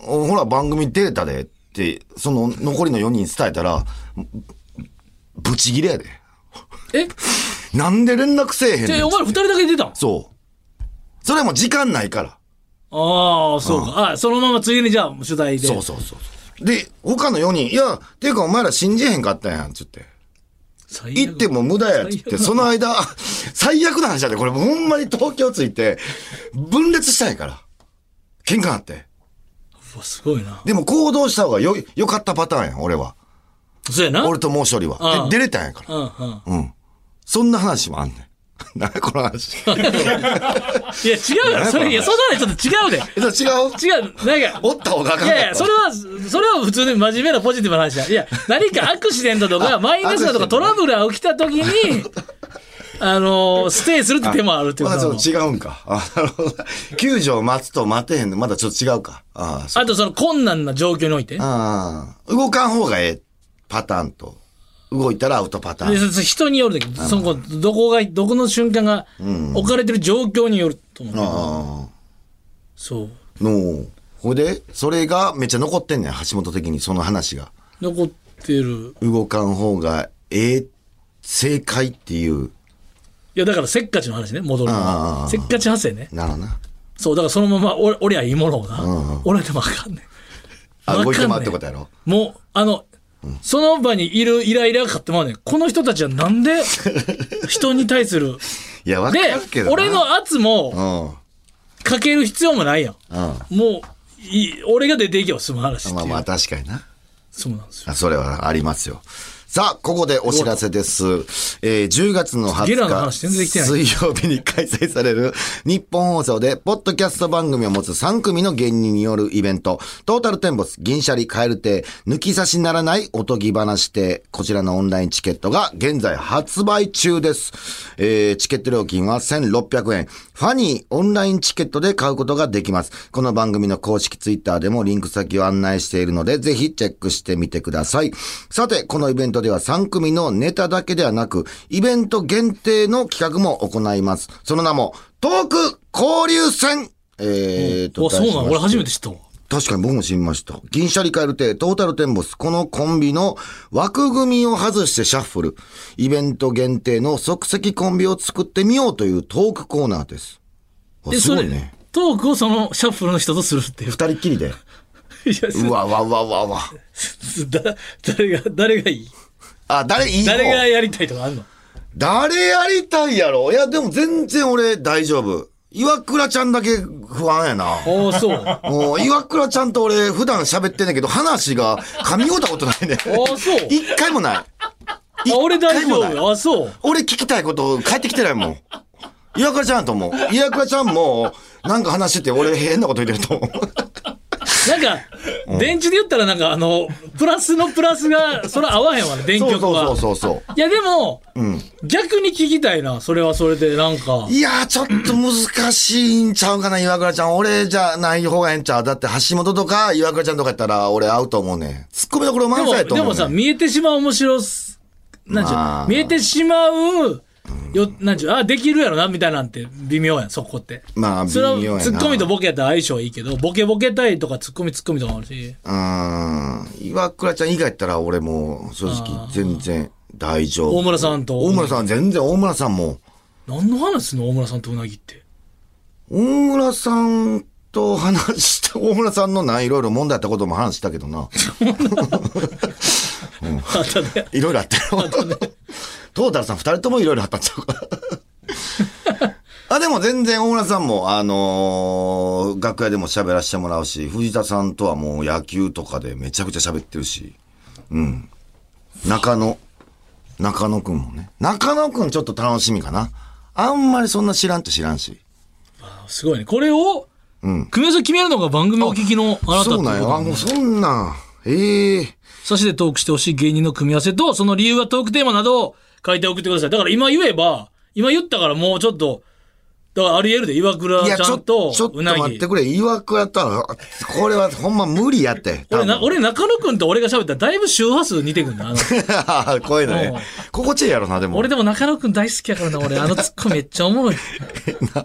S3: おほら、番組出たでって、その残りの4人に伝えたら、ぶぶち切れやで。
S4: え
S3: なんで連絡せえへん
S4: じ
S3: ね
S4: ゃあ
S3: ん
S4: お前ら二人だけ出たの
S3: そそれはもう時間ないから。
S4: ああ、そうか。あそのままついでにじゃあ、取材で。
S3: そうそうそうそう。で、他の4人、いや、ていうかお前ら信じへんかったやん、っつって。
S4: 最悪
S3: 行っても無駄やっつって、その間、最悪な話だで、これもうほんまに東京着いて、分裂したいから。喧嘩あって。
S4: うわすごいな。
S3: でも行動した方がよ、良かったパターンやん、俺は。
S4: そうやな。
S3: 俺ともう一人
S4: う
S3: は。
S4: ん
S3: で出れたんやから。
S4: うんうん。
S3: そんな話もあんねん。 なんやこの話。
S4: いや、違うよ。それ、いや、そんなのちょっと違うで。
S3: え、それ違
S4: 違
S3: う
S4: う、なんか。
S3: おった方があかん
S4: い
S3: かった
S4: やいや、それは、それは普通に真面目なポジティブな話だ。いや、何かアクシデントとか、マイナスだとか、
S3: アク
S4: ト
S3: シデント
S4: ラブルが起きた時 に、あのー、ステイするって手もあるってことな
S3: まあちょ
S4: の
S3: っと違うんか。あ、なるほど。救助を待つと待てへんの、まだちょっと違うか。ああ、そう。
S4: あと、その困難な状況において。
S3: ああ、動かん方がええパターンと、動いたらアウトパタ
S4: で
S3: ーン。
S4: そそ人によるんだけど、その、どこが、どこの瞬間が置かれてる状況によると思う。
S3: あ
S4: そう。
S3: あ、のほいで、それがめっちゃ残ってんねん、橋本的に、その話が。
S4: 残ってる。
S3: 動かん方がええ、正解っていう。
S4: いや、だからせっかちの話ね、戻るの
S3: あ
S4: は
S3: あ
S4: せっかち発生ね。
S3: なるほどな。
S4: そう、だからそのままおおりゃいいものをな。おりゃでもあかんねん。わかん
S3: あ、
S4: ね
S3: 動
S4: ん
S3: いてまうってことやろ。
S4: もう、あの、その場にいるイライラが買ってまうねん。この人たちはなん で人に対する。
S3: いや、わか
S4: で
S3: るけど、な。
S4: 俺の圧も
S3: うん。
S4: かける必要もないやん。
S3: うん。
S4: もう、いい俺が出ていけば済む話っていう。
S3: まあまあ、確かにな。
S4: そうなんですよ。
S3: あそれはありますよ。さあ、ここでお知らせです。えー10月の20
S4: ゲラの
S3: 日、
S4: 話全然できてない
S3: 水曜日に開催される 日本放送で、ポッドキャスト番組を持つ3組の芸人によるイベント、トータルテンボス、銀シャリ、カエル亭、抜き差しならないおとぎ話亭、こちらのオンラインチケットが現在発売中です。えーチケット料金は1600円。ファニーオンラインチケットで買うことができます。この番組の公式ツイッターでもリンク先を案内しているので、ぜひチェックしてみてください。さて、このイベントでは3組のネタだけではなく、イベント限定の企画も行います。その名も、トーク交流戦えー
S4: うわそうなの俺初め
S3: て
S4: て知ったわ。
S3: 確かに僕も知りました。銀シャリカエル亭、トータルテンボス、このコンビの枠組みを外してシャッフル。イベント限定の即席コンビを作ってみようというトークコーナーです。あ
S4: ですそ
S3: ご
S4: れ
S3: いね。
S4: トークをそのシャッフルの人とするっていう。
S3: 二人っきりで。
S4: いや、
S3: うわわわわわ。
S4: だ誰が、誰がいい
S3: あ、誰いい方
S4: 誰がやりたいとかあんの
S3: 誰やりたいやろいや、でも全然俺大丈夫。岩倉ちゃんだけ不安やな。
S4: おおそう。
S3: もう、岩倉ちゃんと俺普段喋ってんねんけど、話が噛み合うたことないね。
S4: あそう
S3: 一回もない。
S4: あ俺大
S3: 一回
S4: 丈
S3: もない
S4: 夫。あ、そう。
S3: 俺聞きたいこと帰ってきてないもん。岩倉ちゃんやと思う。岩倉ちゃんも、なんか話してて俺変なこと言ってると思う。
S4: なんか、電池で言ったらなんかあの、プラスのプラスが、それ合わへんわね、電
S3: そう
S4: 極
S3: そうそ
S4: は
S3: う。そうそ
S4: いやでも、逆に聞きたいな、それはそれで、なんか
S3: う。。いやー、ちょっと難しいんちゃうかな、岩倉ちゃん。俺じゃない方がええんちゃう。だって橋本とか岩倉ちゃんとかやったら俺合うと思うね。ツッコミどころ
S4: で
S3: 満
S4: も、
S3: 載やと
S4: で
S3: 思う、ね。
S4: もさ、見えてしまう面白す、なんちゅう、
S3: まあ
S4: 見えてしまう、よ、なんちゅう、あ、できるやろな、みたいなんて、微妙やん、そこって。
S3: まあ、微
S4: それ
S3: 妙や
S4: は、
S3: な。
S4: ツッコミとボケやったら相性いいけど、ボケボケたいとか、ツッコミツッコミとかもあるし。
S3: うーん。岩倉ちゃん以外やったら俺も、正直、全然大丈夫。
S4: 大村さんと
S3: 大村さん、全然大村さんも。
S4: 何の話すんの大村さんとうなぎって。
S3: 大村さんと話した、 大村さんのないろいろ問題あったことも話したけ どな。
S4: あったね。
S3: いろいろあったよ。 トータルさん二人ともいろいろあったんちゃうか。 あ、でも全然大村さんも、あのー楽屋でも喋らせてもらうし、藤田さんとはもう野球とかでめちゃくちゃ喋ってるし、うん。中野、中野くんもね。中野くんちょっと楽しみかな。あんまりそんな知らんって知らんし。
S4: すごいね。これを、
S3: ん
S4: 組み合わせを決めるのが番組をお聞きのあなたって
S3: そ
S4: こ
S3: う
S4: と
S3: なん
S4: だ
S3: や。あ、
S4: もん
S3: も
S4: ね
S3: うそんなん。ええ
S4: 差しでトークしてほしい芸人の組み合わせと、その理由はトークテーマなどを書いて送ってください。だから今言えば、今言ったからもうちょっと、だからあり得るで、岩倉
S3: いや、
S4: ちゃ
S3: ちょ
S4: ん
S3: っと、
S4: と
S3: ちょっ、と
S4: うな
S3: 待っ
S4: ぎ
S3: て。くれ。岩倉とは、これはほんま無理やって。
S4: 俺な、
S3: 多分
S4: 俺中野くんと俺が喋ったらだいぶ周波数似てくんな。あの
S3: こういうの
S4: うん
S3: ね。心地いいやろな、でも。
S4: 俺でも中野くん大好きやからな、俺。あのツッコミめっちゃおもろい。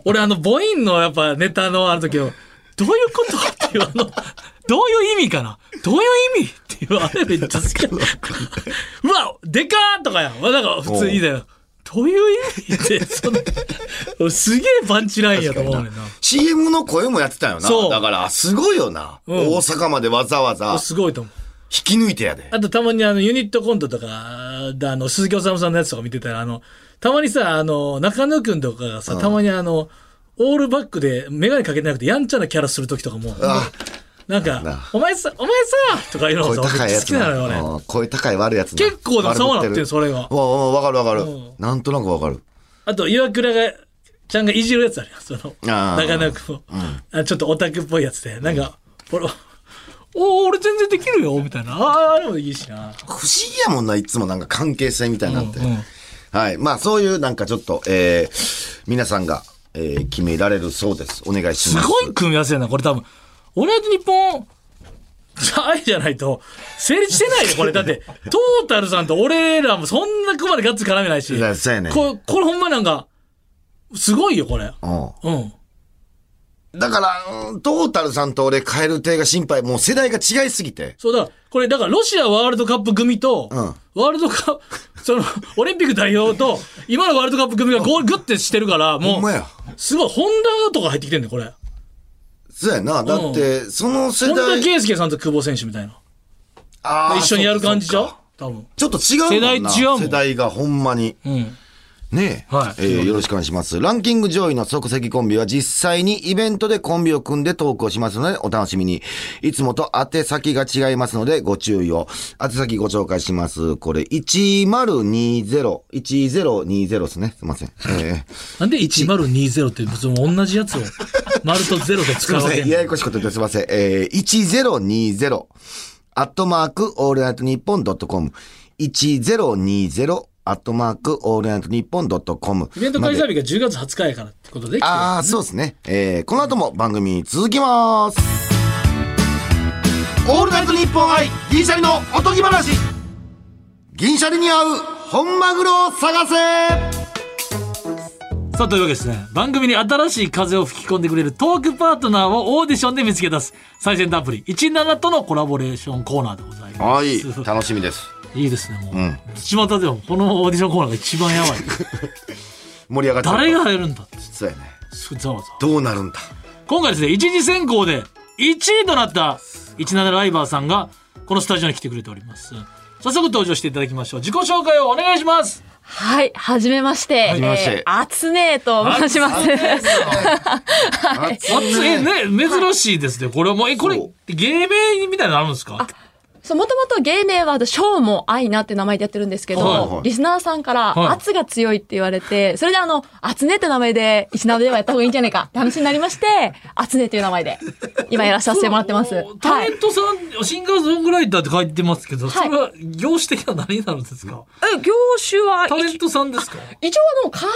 S4: 俺あの、ボインのやっぱネタのある時を、どういうことっていう、あの、どういう意味かなどういう意味っていう、あれめっちゃ好きや。うわ、でかーとかやん。まあなんか普通にいいだよ。どういう意味で、その、俺すげえパンチラインやと思うねんな。
S3: CM の声もやってたよな。
S4: そう
S3: だから、すごいよな、
S4: ん
S3: 大阪までわざわざ
S4: すごいと思う。
S3: 引き抜いてやで。
S4: あとたまにあの、ユニットコントとか、であの、鈴木治さんのやつとか見てたら、あの、たまにさ、あの、中野くんとかがさ、たまにあの、オールバックで眼鏡かけてなくてやんちゃなキャラする時とかも、
S3: あ
S4: なん
S3: な
S4: か、お前さ、お前さ、とかいうのが
S3: 声
S4: さ、
S3: 高いや
S4: 好
S3: つ
S4: きなのよ
S3: な。
S4: ね。
S3: うん声高い悪いやつな。
S4: 結構でもそうなってるそれが
S3: わわわかるわかる
S4: ん。
S3: なんとなくわかる。
S4: あと、岩倉が、ちゃんがいじるやつあるやん、その、
S3: あー
S4: なかなかこうあちょっとオタクっぽいやつで、なんか、ほら、おー俺全然できるよ、みたいな。ああ、あれもいいしな。
S3: 不思議やもんな、いつもなんか関係性みたいになって。
S4: うんうん
S3: はい。まあ、そういうなんかちょっと、えー、皆さんが、えー、決められるそうです。お願いしますす。
S4: ごい組み合わせやな、これ多分。俺と日本、愛じゃないと、成立してないよ、これ。だって、トータルさんと俺らもそんなくまでガッツ絡めないし。
S3: いやそうやねん
S4: ここれほんまなんか、すごいよ、これ。
S3: うん。
S4: うん。
S3: だから、うんトータルさんと俺、カエル亭が心配、もう世代が違いすぎて。
S4: そうだから、これ、だから、ロシアワールドカップ組と、
S3: ん
S4: ワールドカップ、その、オリンピック代表と、今のワールドカップ組がこう、グッてしてるから、
S3: ほ
S4: も
S3: んまや
S4: う、。すごい、ホンダとか入ってきてんねん、これ。
S3: そうやな。だって、その世
S4: 本田
S3: 代。
S4: 圭佑さんと久保選手みたいな。
S3: あー
S4: 一緒にやる感じじゃ
S3: そううか
S4: 多分。
S3: そうかちょっと違うもんな。
S4: 世代違うもん
S3: 世代がほんまに。
S4: うん。
S3: ねえ、
S4: はい
S3: えーよろしくお願いします。ランキング上位の即席コンビは実際にイベントでコンビを組んでトークをしますのでお楽しみに。いつもと宛先が違いますのでご注意を。宛先ご紹介します。これ1020、1020ですね。すいません。え
S4: なんで1020って別に同じや つを丸とゼロで
S3: ー、すい
S4: 使う
S3: ま
S4: わ
S3: せ
S4: け
S3: ん。ややこしいこと言ってすいません。えー、1020、アットマーク、オールナイトニッポンドットコム。1020、アットマーク、オールナイトニッポンドットコム。
S4: イベント開催日が10月20日やからってことで
S3: ああ、そうですね。えー、この後も番組続きます。
S1: オールナイトニッポン愛銀シャリのおとぎ話
S3: 銀シャリに合う本マグロを探せ
S4: さあというわけですね番組に新しい風を吹き込んでくれるトークパートナーをオーディションで見つけ出す最先端アプリ17とのコラボレーションコーナーでございま
S3: はい
S4: す、、
S3: 楽しみです。
S4: いいですねもう、
S3: ん
S4: 巷でもこのオーディションコーナーが一番やばい
S3: 盛り上がっちゃう
S4: 誰が入るんだって
S3: そうやね。
S4: すごいざわざわ
S3: どうなるんだ
S4: 今回ですね一次選考で1位となった17ライバーさんがこのスタジオに来てくれております早速登場していただきましょう自己紹介をお願いします
S2: はい、はじめまして。は
S3: じめまして
S2: えー、あつねえと申します。
S3: 熱
S4: あつえね珍しいですねこれはもうえこれ
S3: そう
S4: 芸名みたいなのあるんですか
S2: そう、もともと芸名は、ショーも愛なって名前でやってるんですけど、
S4: はい
S3: はい
S2: リスナーさんから、
S4: はい
S2: 圧が強いって言われて、それであの、あつねって名前で、石縄ではやった方がいいんじゃないかって話になりまして、あつねという名前で、今やらさせてもらってます。
S4: そうタ
S2: は
S4: レ
S2: い。
S4: ントさん、シンガーソングライターって書いてますけど、
S2: は
S4: そ
S2: い
S4: れは業種的には何になるんですか
S2: え業種は、
S4: タレントさんですか
S2: 一応あの、歌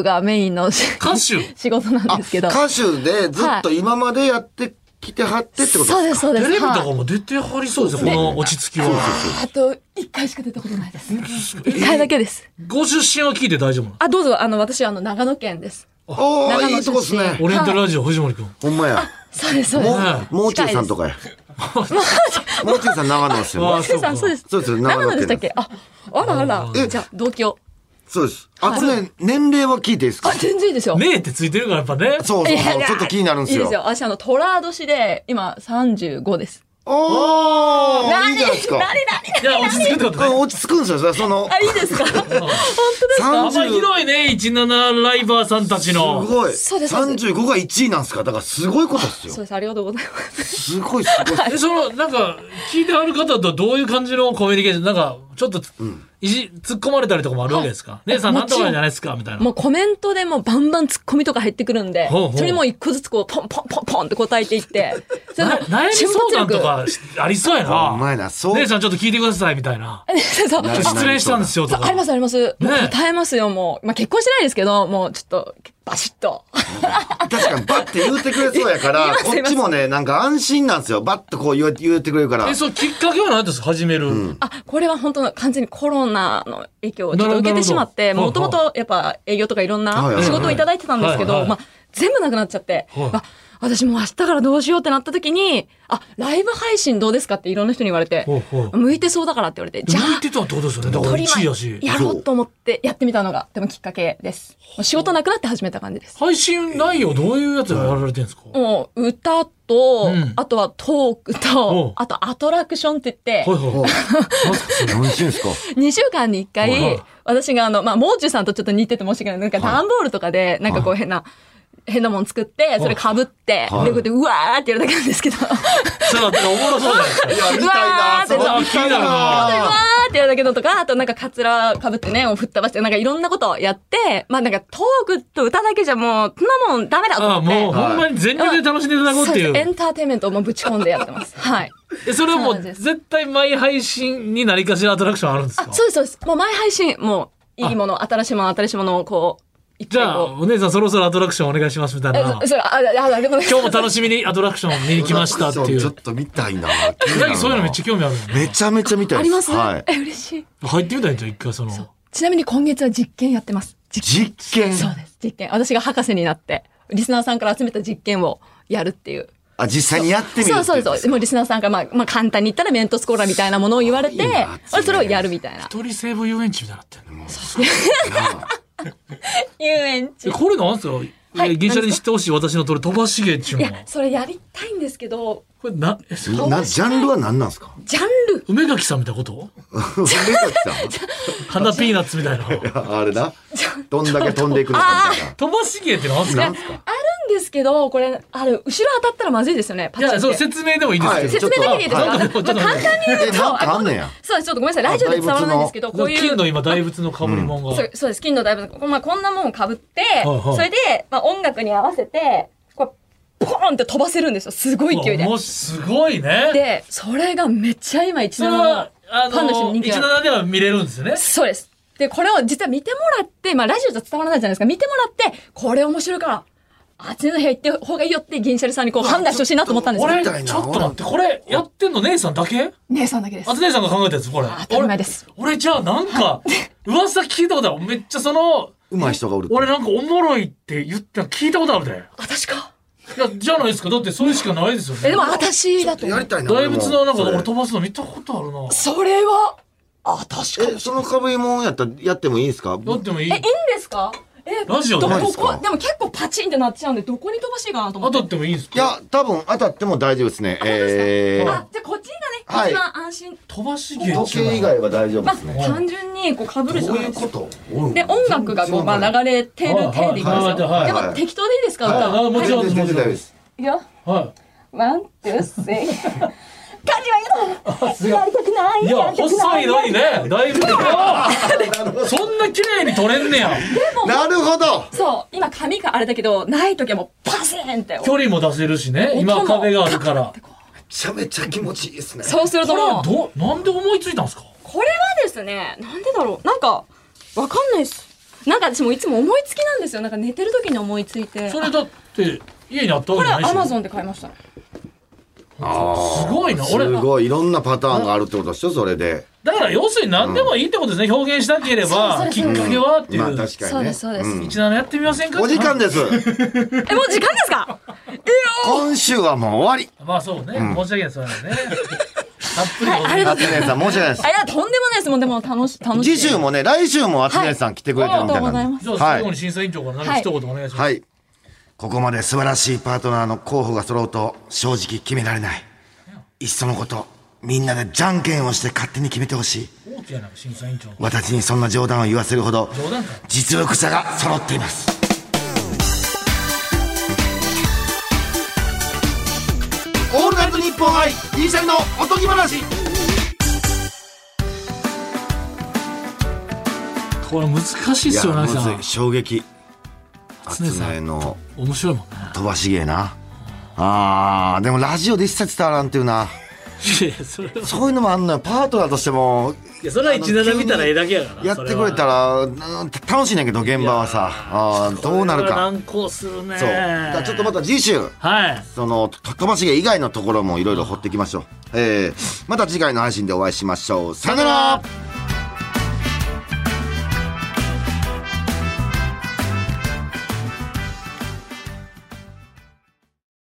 S2: 手がメインの
S4: 歌手
S2: 仕事なんですけど。
S3: 歌手でずっと今までやってきてはってってこと
S2: そうです、そうで
S4: テ
S2: す。
S4: レビとか
S2: はい
S4: も出てはりそうですね、この落ち着きは。
S2: あと、一回しか出たことないです。一回だけです。
S4: ご出身は聞いて大丈夫なの
S2: あ、どうぞ、あの、私、あの、長野県です。
S3: お
S2: 長
S3: ー、
S2: 野
S3: いいとこっす
S2: 出
S3: ね
S2: 身。
S4: オリエンタルラジオ、藤森くん。
S3: ほんまや。
S2: そうです、そうで
S3: も
S2: す。
S4: ね
S3: う、もう中さんと かや。もう中さん長野ですよ
S4: あ
S3: ね。
S4: そ
S2: せ
S4: うか
S2: さん、そうです。
S3: そうですよ
S2: 長野でしたっ
S3: 長
S2: けあ、あらあら。
S3: え
S2: じゃあ、同居。
S3: そうです。あつね、年齢は聞いていいですか
S2: あ、全然いいですよ。
S4: ねえってついてるからやっぱね。
S3: そうそう
S2: いや
S3: そ。
S2: いうや
S3: ちょっと気になるんです
S2: いいですよ。
S3: よ。
S2: 私、あの、トラ年で、今、35です。
S3: おー、いいじゃないですか。
S2: 何
S4: いや、落ち着くってこと
S3: う
S4: ね。
S3: ん落ち着くんですよ。その
S2: あ、、いい ですか本当です
S4: 幅
S2: か
S4: 広いね、17ライバーさんたちの。
S3: すごい。
S2: そうですそう
S3: 三
S2: です
S3: 十五が一位なんですか。だからすごいことです
S2: そう
S3: よ。
S2: です、ありがとうございます。
S3: すごいすごい。
S4: え、その、なんか、聞いてある方とどういう感じのコミュニケーション、なんか、ちょっと、いじ、突っ込まれたりとかもあるわけですか姉さんなんとかじゃないですかみたいな。
S2: もうコメントでもうバンバンツッコミとか入ってくるんで、
S4: ほうほう
S2: それにもう一個ずつこう、ポンポンポンポンって答えていって、そ
S4: な
S2: の
S4: 悩み相談とかありそうやな。
S3: お前な、そう。
S4: 姉さんちょっと聞いてください、みたいな。
S2: 瞬発力そう
S3: なるほど
S4: 失礼したんですよ、と
S2: そう
S4: か。
S2: ありますあります。もう
S4: ねえ
S2: 答えますよ、もう。まあ、結婚してないですけど、もうちょっと、バシッと。
S3: 確かにバッて言うてくれそうや か
S2: い
S3: ら
S2: ま、す
S3: こっちもね、なんか安心なんですよ。バッとこう言う言うてくれるから。
S4: え、そう、きっかけは何ですか始める。
S2: あ、これは本当の完全にコロナの影響をちょっと受けてしまって、
S4: なるほ
S2: も
S4: ど
S2: ともとやっぱ営業とかいろん
S3: はいは
S2: ない仕事をいただいてたんですけ
S4: はいは
S2: ど、
S4: い
S2: まあ、全部なくなっちゃって、あ私もう明日からどうしようってなった時に、あ、ライブ配信どうですかっていろんな人に言われて、
S4: ほうほう
S2: 向いてそうだからって言われて、じゃあ、
S4: 向いてたってことですよね。だから
S2: 取り
S4: 1位や
S2: 前
S4: し。
S2: やろうと思ってやってみたのが、でもきっかけです。もう仕事なくなって始めた感じです。
S4: 配信内容どういうやつやられてるんですか
S2: もう歌と、
S4: ん
S2: あとはトー
S4: お
S2: ク
S4: う
S2: と、あとアトラクションって言って、
S4: はいはい。
S3: 何してんすか
S2: 2週間に1
S4: お
S2: 回
S4: う、
S2: 私があの、まあ、もう中さんとちょっと似てて申し訳ない。なんか段ボールとかで、なんかこう変な、変なもん作って、それ被って、で、こ
S3: はいう
S2: やってうわーってやるだけなんですけど、 うわ
S4: そうだっておもろそうだよ。
S3: いや、見
S2: わーっ
S4: そ
S2: て
S4: れは気になるな
S2: ーってやるだけのとか、あとなんかカツラ被ってね、を吹っ飛ばして、なんかいろんなことをやって、まあ、なんかトークと歌だけじゃもう、そんなもんダメだと
S4: あ
S2: 思
S4: あ、
S2: って。
S4: もうほんまに全力で楽しんでいただこうってい
S2: そうですエ
S4: う。
S2: ンターテインメントをもうぶち込んでやって ます。はい。
S4: え、それはも
S2: そう
S4: う
S2: なんです
S4: 絶対毎配信に何かしらアトラクションあるんですか
S2: あ、そうです、そうです。もう前配信、もう、いいもの、新しいもの、新しいものをこう、いっ
S4: じ
S2: ぱい
S4: ゃあ、
S2: こう。
S4: お姉さんそろそろアトラクションお願いしますみたいな
S2: え。そそれあ、あ、あ、でもね
S4: 今日も楽しみにアトラクション見に来ましたっていう。
S3: ちょ
S4: な
S3: っと見たいな。
S4: にそういうのめっちゃ興味あるよね
S3: めちゃめちゃ見たい
S2: あ
S3: で
S2: ります、
S3: はい。
S2: え、嬉しい。
S4: 入ってみたいじゃん、一回その。
S2: ちなみに今月は実験やってます。実
S3: 実験。
S2: そうです。実験。私が博士になって、リスナーさんから集めた実験をやるっていう。
S3: あ、実際にやってみる
S2: そうそうそう。もうリスナーさんから、まあ、まあ、簡単に言ったらメントスコーラみたいなものを言われ
S3: すごい
S2: て
S3: な、
S2: それをやるみたいな。
S4: 一人西武遊園地みたいになってんの
S2: 遊園
S4: え
S2: 地。
S4: これなんですよ。
S2: はい
S4: え銀シャリに知ってほしい私の鳥、飛ばしげっちゅう
S2: い
S4: の
S2: や
S4: は。、
S2: それやりたいんですけど、
S4: これな、え
S3: うな、ジャンルは何なんです か
S2: ジャンル、
S4: 梅垣さんみたいなこと
S3: 梅崎
S4: 花ピーナッツみた いな。
S3: さ ん。あれだ。どんだけ飛んでいくのかみたい
S4: 飛ばしげってなんす
S3: な。な
S4: か
S3: んすか
S2: あるんですけど、これ、あれ、後ろ当たったらまずいですよね。パ
S4: い
S2: チンって
S4: や、そう、説明でもいいですけど。
S3: はい
S2: 説明だけでいいですか、
S4: ちょっと
S2: まあ簡単に言
S3: え、
S2: うと、
S3: なんかあんねや。
S2: そうです、ちょっとごめんなさい、ラジオで伝わらないんですけど、こういう
S4: 金。の今大仏の被り物が。
S2: そうそうです、金の大仏、こまあ、こんなもんかぶって、
S4: はい
S2: それで、まあ、音楽に合わせて、こう、ポーンって飛ばせるんですよ、すごい勢いで
S4: も。うすごいね。
S2: で、それがめっちゃ今、一
S4: それ
S2: 度の
S4: は、あ
S2: ファンの人
S4: の、
S2: に人気があ
S4: 17
S2: る。
S4: では見れるんですよね。
S2: そうです。で、これを実は見てもらって、まあ、ラジオじゃ伝わらないじゃないですか、見てもらって、これ面白いから、あっちの部屋行ってほうがいいよって、銀シャリさんにこう判断してほしいなと思ったんです
S4: 俺、
S2: よ。
S4: ちょっと待って、これ、やってんの姉さんだけ
S2: 姉さんだけです
S4: あ。と姉さんが考えたやつ、これ。
S2: 当たり前です
S4: 俺。俺、じゃあなんか、噂聞いたことある。めっちゃその、
S3: うまい人がおる。
S4: 俺なんかおもろいって言ったの聞いたことあるで。
S2: 私か。
S4: いや、じゃないですか。だってそれしかないですよね。
S2: え、でも私だと思う
S3: やりたいな。
S4: 大仏の中で
S3: 俺
S4: 俺
S3: もそ
S4: 飛ばすの見たことあるな。
S2: それは、あ、確
S3: れえ、その被り物やったらやってもいいんすか
S4: だってもいい
S2: え、いいん。ですかえ、
S4: ラジオ
S2: ど
S4: ない
S3: で
S2: こ
S3: すか
S2: こでも結構パチンってなっちゃうんで、どこに飛ばしていいかなと思
S4: 当
S2: っ
S4: たっ
S2: て。
S4: てもいいんです
S3: い
S4: か
S3: や、多分当たっても大丈夫ですね。えー
S2: あ、じゃあこっちが
S3: は
S2: ね、
S3: い
S2: 一番安心。
S4: 飛ばしげ
S3: 時計以外は大丈夫
S2: まあ
S3: ですね。、
S2: 単純にこう被るじゃないですか。
S3: と
S2: で、音楽がこう、まあ、流れてる体でいきますよ。
S4: はいはいはい
S2: でも適当でいいですか、
S4: はいはい
S2: 歌。
S4: もちろん
S3: 全然大丈夫です。
S2: いくよ。
S4: は
S2: ワン、ツー、スリー。感じはいいのやりたくない
S4: い。いや、細いのにね、だいぶ。 そんな綺麗に取れんねや。
S3: なるほど
S2: そう、今髪があれだけど、ない時はもうパシーンって。
S4: 距離も出せるしね。今
S2: 音も
S4: 壁があるから。
S3: めちゃめちゃ気持ちいいですね
S2: そうする
S4: ことれ
S2: も
S4: は
S2: う、
S4: ど、なんで思いついたんですか
S2: これはですね、なんでだろう。なんか、わかんないです。なんか私もいつも思いつきなんですよ。なんか寝てる時に思いついて。
S4: そ
S2: あ
S4: れだって、家にあったわけ
S2: これ
S4: じゃない
S2: アマ
S4: し。
S2: ゾンで買いました。
S4: すごいな。俺
S3: す、ごいいろんなパターンがあるってことでしょそれで
S4: だから要するに何でもいいってことですね。表現しなければ、
S2: そう
S4: き
S2: そう
S4: っ
S2: そう
S4: かけはってい
S3: まあ
S4: う。
S3: 確
S2: そ
S3: かに
S2: うで
S3: ね
S2: す、そうです。
S4: 一七やってみませんか
S3: お時間 です
S2: え、もう時間ですかえよ
S3: 今週はもう終わ
S4: まあそうね。申し訳ない、それはね。たっぷりお
S2: ありがとうございま
S3: り
S2: す
S3: ねさん申し訳ないです
S2: あ、いや、とんでもないです。もうでも楽し、楽しい。
S3: 次週もね来週も厚根さん来てくれてるみたい
S2: はいあり
S3: な
S2: が
S3: ん
S2: と
S3: で
S4: じゃあ
S3: は
S4: 最後に
S3: い
S4: 審査委員長から何か一言お願いします。
S3: はいここまで素晴らしいパートナーの候補が揃うと正直決められないいっそのことみんなでじゃんけんをして勝手に決めてほしい
S4: 大きななんか審査委員長。
S3: 私にそんな冗談を言わせるほど
S4: 冗談かよ
S3: 実力者が揃っています
S1: オールナイトニッポン愛銀シャリのおとぎ話
S4: これ難しいっ
S3: いや
S4: すよ、なぎさ
S3: む
S4: ん
S3: ずい。衝撃
S4: 厚
S3: 厚
S4: 根さん
S3: 根の
S4: 面白いもんね。
S3: 飛ばし芸なあーでもラジオで一切伝わらんっていうない
S4: や、それは。
S3: そういうのもあんのよパートナーとしても
S4: いや、それは17見たらええだけやから。
S3: やってくれたらうん楽しいねんけど現場はさあー
S4: それは
S3: どうなる
S4: これは
S3: か
S4: 難航するね。
S3: そうだからちょっとまた次週
S4: はい。
S3: そのと飛ばし芸以外のところもいろいろ掘っていきましょうえー、また次回の配信でお会いしましょうさよなら